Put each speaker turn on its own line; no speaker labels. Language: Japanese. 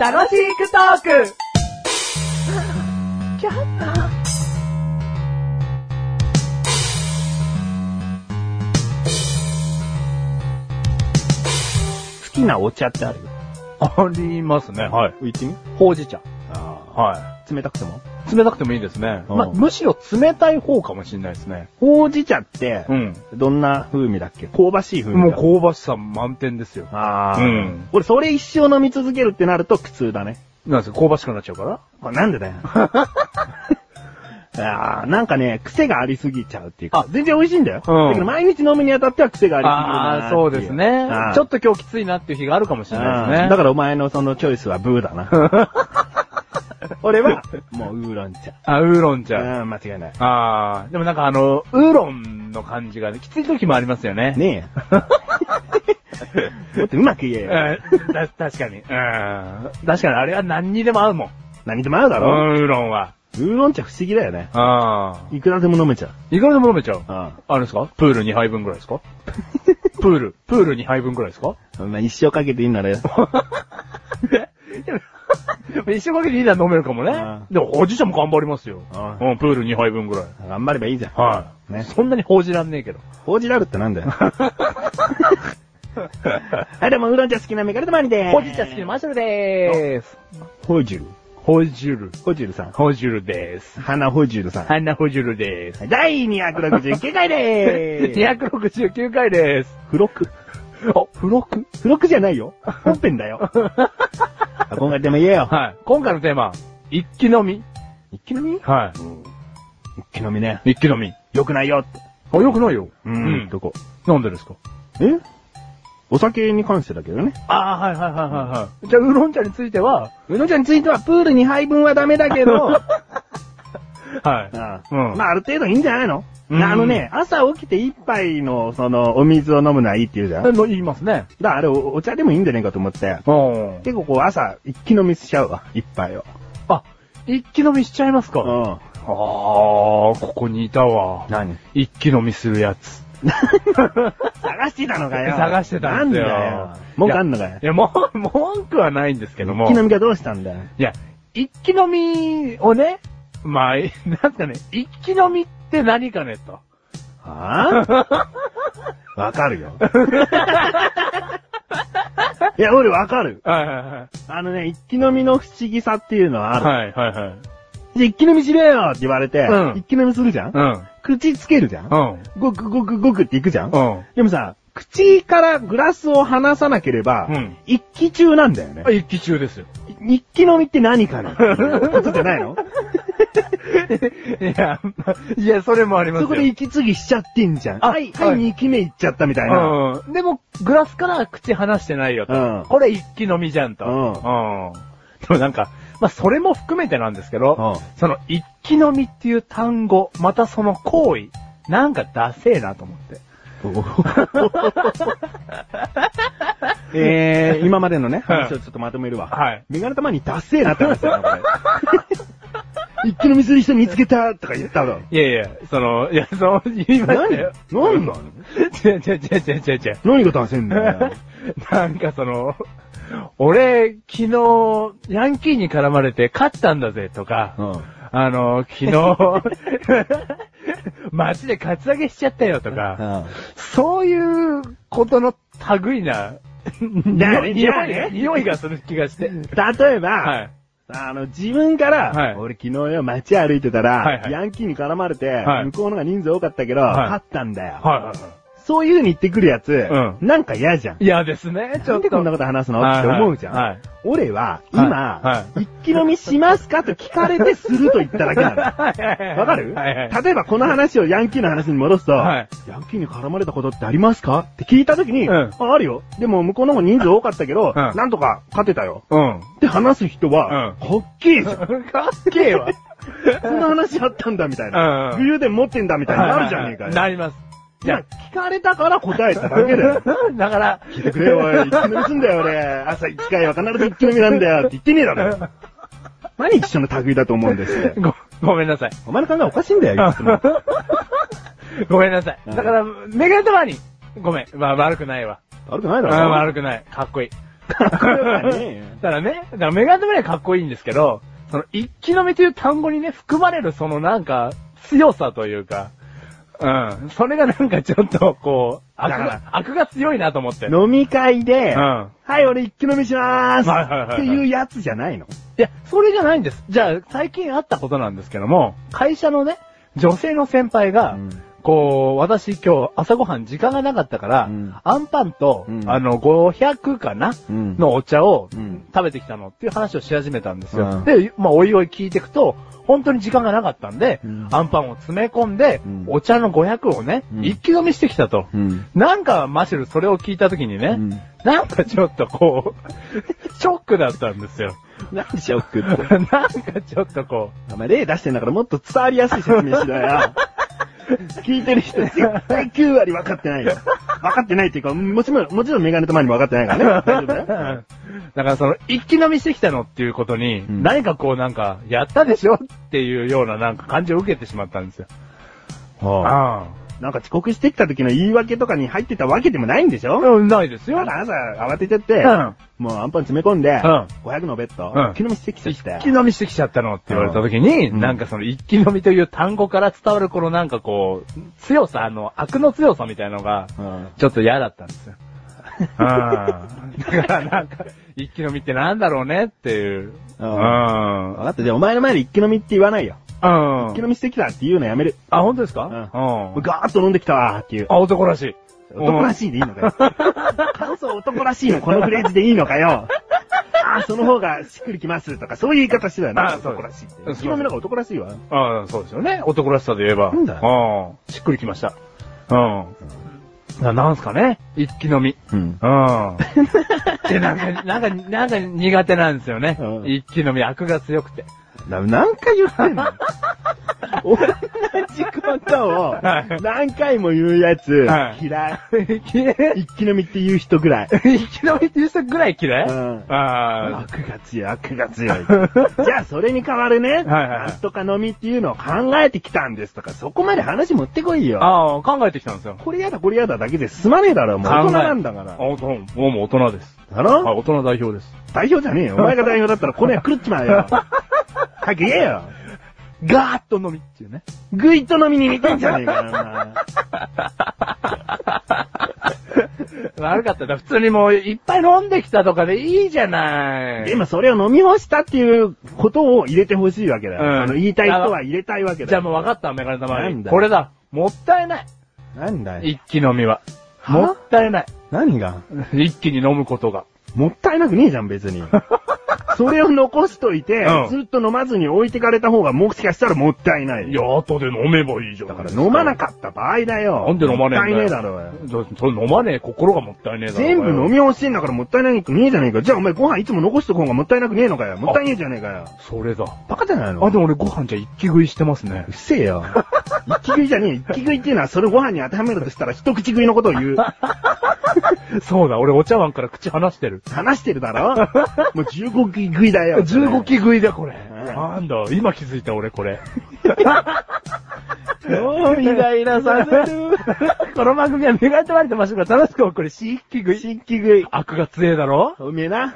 楽しくトーク
好きなお茶ってある
ありますね。はい。
言ってみ
ほうじ茶。
は。
はい
冷たくても
い。冷たくてもいいですね。
うん
まあ、むしろ冷たい方かもしれないですね。
ほうじ茶って、
うん。
どんな風味だっけ香ばしい風味
もう
だ
香ばしさ満点ですよ。
ああ。
うん
俺、それ一生飲み続けるってなると苦痛だね。
なんですか香ばしくなっちゃうから
これなんでだよ。ああ、なんかね、癖がありすぎちゃうっていうか。全然美味しいんだよ。
うん
だけど毎日飲むにあたっては癖があり
ああ、
すぎるな
そ
ー
う
ってい
ですね
あ。ー
ちょっと今日きついなっていう日があるかもしれないです
う
ね。
んだからお前のそのチョイスはブーだな。俺は、もうウーロン茶。
あ、ウーロン茶。
うん、間違いない。
ああ、でもなんかあの、ウーロンの感じがね、きつい時もありますよね。
ねえ。もっとうまく言え
うん
よ。
だ 確かに。うん。確かに、あれは何にでも合うもん。
何でも合うだ
う
ろ。
んウーロンは。
ウーロン茶不思議だよね。
あ
いくらでも飲めちゃう。
あ。いくらでも飲めちゃう。
うん
あれですかプール2杯分ぐらいですかプール、プール2杯分ぐらいですか
そんな一生かけていいならよ。
で も一生かけてリーダー飲めるかもね
う。
でも、ほうじ茶も頑張りますよ。
う
うん、プール2杯分ぐらい。
頑張ればいいじゃん。
はい。
ね。
そんなに報じらんねえけ ど。
報じらるってなんだ よ。はい、どうも、ウーロン茶好きなメガネとマニでーす。
ほうじ茶好きなマシュルでーす。
ほじる。
ほじゅる。
ほじるさん。
ほじゅるでーす。
花ほじるさん。
はなほじゅるでーす。
第269回でーす。
269回でーす。
付録。
お、付録
付録じゃないよ。本編だ よ。あ今回でも言えよ。
はい。今回のテーマ、一気飲み。
一気飲み
は
一気飲みね。
い。一気飲み。あ、
良くないよって。
よくないよ。
うん。どこ
なんでですか
えお酒に関してだけどね。
ああ、はいはいはいはいはい。じゃあ、ウーロン茶については、
うのちゃんについてはプール2杯分はダメだけど、
はい。
ああ
うん
まあある程度いいんじゃないの
うん
あのね、朝起きて一杯の、その、お水を飲むのはいいって言うじゃん。だか
の言いますね。
らあれお、お茶でもいいんじゃねえかと思って。
うん。
結構こう朝、一気飲みしちゃうわ、一杯を。
あ、一気飲みしちゃいますかあ
ん。
あー、ここにいたわ。
何
一気飲みするやつ。
探してたのかよ。
探してたんですよ
なんだよ。文句あんのかよ
い。や、もう、文句はないんですけども。
一気飲みがどうしたんだよ。
いや、一気飲みをね、まあ、なんかね、一気飲みって何かね、 と。
は ぁわかるよ。 いや、俺わかる。
はいは
あのね、一気飲みの不思議さっていうのはある。
はいはいはい。
じゃあ一気飲みしろよって言われて、
うん
一気飲みするじゃん、
うん。
口つけるじゃん、
うん。
ごくごくごくっていくじゃん、
うん。
でもさ、口からグラスを離さなければ、
うん
一気中なんだよね。
あ一気中ですよ。
一気飲みって 何かなことじゃないの
いや、いや、それもあります
そ
よ。
こで息継ぎしちゃってんじゃん。
あ
はい、は、
はいい
二気目いっちゃったみたいな。
うん。でも、グラスから口離してないよと。
うん
これ一気飲みじゃんと。
う
うんでもなんか、まあ、それも含めてなんですけど、
う
その一気飲みっていう単語、またその行為、なんかダセえなと思って。
えー、今までのね、話をちょっとまとめるわ。
はい。
メガネ玉にダッセーなっ て話だよな、これ。一気飲みする人見つけたとか言 ったの。
いやいや、その、いや、その、言いまし
何
たよ。
何な
違
の
う違う違う違う違う違う。
何がダセーんだよ。
なんかその、俺、昨日、ヤンキーに絡まれて勝ったんだぜとか、
うん
あの、昨 日、街でカツアゲしちゃったよとか、そういうことの類な、
だ
匂
ね
い
じゃあ
匂
ね
い匂いがする気がして。
例えば、
はい。
あの、自分から、
はい
俺昨日よ、街歩いてたら、
はいはい
ヤンキーに絡まれて、
はい
向こうのが人数多かったけど、
はい
勝ったんだよ。
は
そういう風に言ってくるやつ、
ん
なんか嫌じゃん。
い。嫌ですね、ちょ
なん
っ
で
と。
こんなこと話すのって思うじゃん。
はいはい
俺は、今、
は
一気飲みしますかと聞かれてすると言っただけなの。わ
わ
かる、
はいはい。
例えばこの話をヤンキーの話に戻すと、
はい
ヤンキーに絡まれたことってありますかって聞いたときに、
うん
あ、あるよ。でも向こうの方人数多かったけど、
うん
なんとか勝てたよ。
うん。
って話す人は、はっきりじゃん。
かっけえわ。
こんな話あったんだみたいな。
うん
武勇伝持ってんだみたいになるじゃねえかよ。
なります。
いや、聞かれたから答えただけだよ。
だから、
聞いてくれよ、おい。一気飲みすんだよ、俺。朝一回は必ず一気飲みなんだよ。って言ってねえだろ。何一緒の類だと思うんですよ。
ご、ごめんなさい。
お前の考えおかしいんだよ、いつも。
ごめんなさい。だから、メガネ玉に、ごめん。わ悪くないわ。
悪くない
うん
だろ。
悪くない。かっこいい。
くない。
だからね、だからメガネブレかっこいいんですけど、その一気飲みという単語にね、含まれるそのなんか、強さというか、うん。それがなんかちょっと、こう、悪
だか
が
ら、
悪が強いなと思って。うん。
飲み会で、
い
はい、俺一気飲みしまーす
はいはいはいはい
っていうやつじゃないの。
や、それじゃないんです。じゃあ、最近あったことなんですけども、会社のね、女性の先輩が、
うん
こう、私今日朝ごはん時間がなかったから、
うん
アンパンと、
うん
あの、500かな、
うん
のお茶を
うん
食べてきたのっていう話をし始めたんですよ。
うん
で、まあ、おいおい聞いていくと、本当に時間がなかったんで、
うん
アンパンを詰め込んで、
うん
お茶の500をね、
うん
一気飲みしてきたと。
うん。
なんか、マシル、それを聞いたときにね、
うん
なんかちょっとこう、 ショックだったんですよ。
なんでショックって。
なんかちょっとこ
お前例出してんだからもっと伝わりやすい説明しろよ。聞いてる人絶対9割分かってないよ。分かってないっていうか、もちろん、もちろんメガネとマニも分かってないからね。大丈夫
う、
だよ。
だからその、一気飲みしてきたのっていうことに、
ん
何かこうなんか、やったでしょっていうようななんか感じを受けてしまったんですよ。あ
なんか遅刻してきた時の言い訳とかに入ってたわけでもないんでし
あ。
ょ
うん、ないですよ。
ただ朝慌ててって、
うん
もうアンパン詰め込んで、
ん
500のベッド、
うん
昨日見せてきちゃっ
一
て
気。飲みしてきちゃったのって言われた時に、
うん
なんかその一気飲みという単語から伝わるこのなんかこう、強さ、あの、悪の強さみたいなのが、
うん
ちょっと嫌だったんですよ。うんだからなんか、一気飲みってなんだろうねっていう。
う
うんん。
分かった、じゃあお前の前で一気飲みって言わないよ。
うん
一気飲みしてきたっていうのやめる。
あ、本当ですか
う
うん。
ガーッと飲んできたわーっていう。
あ、男らしい。
男らしいでいいのかよ。感想男らしいの、このフレーズでいいのかよ。ああ、その方がしっくりきますとか、そういう言い方してたよ
あ
な。
あそう
男らしいって
う。ん
一気飲みの方が男らしいわ。
ああ、そうですよね。男らしさで言えば。
なんだ
うん。しっくりきました。うん。ななんすかね一気飲み。
うん。
うん。で、なんか、なんか、なんか苦手なんですよね。
うん
一気飲み、悪が強くて。
何回言ってんの同じことを
はい
何回も言うやつ
は、い
嫌い。
一気飲
一気飲みって言う人ぐらい。
みっていう人ぐらい嫌い、
うん
ああ。
悪が強い、悪が強い。じゃあ、それに代わるね、
いはいはい
なんとか飲みっていうのを考えてきたんですとか、そこまで話持ってこいよ。
ああ、考えてきたんですよ。
これやだ、これやだだけで済まねえだろ、もう大人なんだから
あ、。大人、もうもう大人です。
だ
は
ろ
い、大人代表です。
代表じゃねえよ。お前が代表だったらこの役狂っちま うよ。早く言えよ。
ガーッと飲みっていうね。
ぐいっと飲みに似てんじゃねえかな。
悪かったな。普通にもういっぱい飲んできたとかでいいじゃな
お前
い。
今それを飲み干したっていうことを入れてほしいわけだよ。
うん
あの、言いたい人は入れたいわけだよ。
じゃあもう分かった、メガネ玉
なんだ
これだ。もったいない。
なんだよ。
一気飲みは。
は
もったいない。
何が
一気に飲むことが。
もったいなくねえじゃん、別に。 それを残しといて、
うん
ずっと飲まずに置いてかれた方がもしかしたらもったいない。
いや、後で飲めばいいじゃん。
だから飲まな
く
かった場合だよ。
なんで飲まねえんだよ
もったいねえだろうよ。
そそ飲まねえ心がもったいねえだろ。
全部飲み干してんだからもったいないくねえじゃねえかよ。じゃあお前ご飯いつも残しとく方がもったいなくねえのかよ。もったいねえじゃねえかよ。
それだ。
バカじゃないの
あ、でも俺ご飯じゃ一気食いしてますね
うっ。せえよ。一気食いじゃねえ。一気食いっていうのはそれご飯に当てはめるとしたら一口食いのことを言う。
そうだ、俺お茶碗から口離してる。
話してるだろもう15気食いだ よ。
15気食いだ、これ。
ん
なんだ、今気づいた俺、こ れ。
もうイライラさ せる。
この番組は目が止まれてましたから楽しくお送り、し一気食い。
一気食い。
悪が強えだろ
おめえな。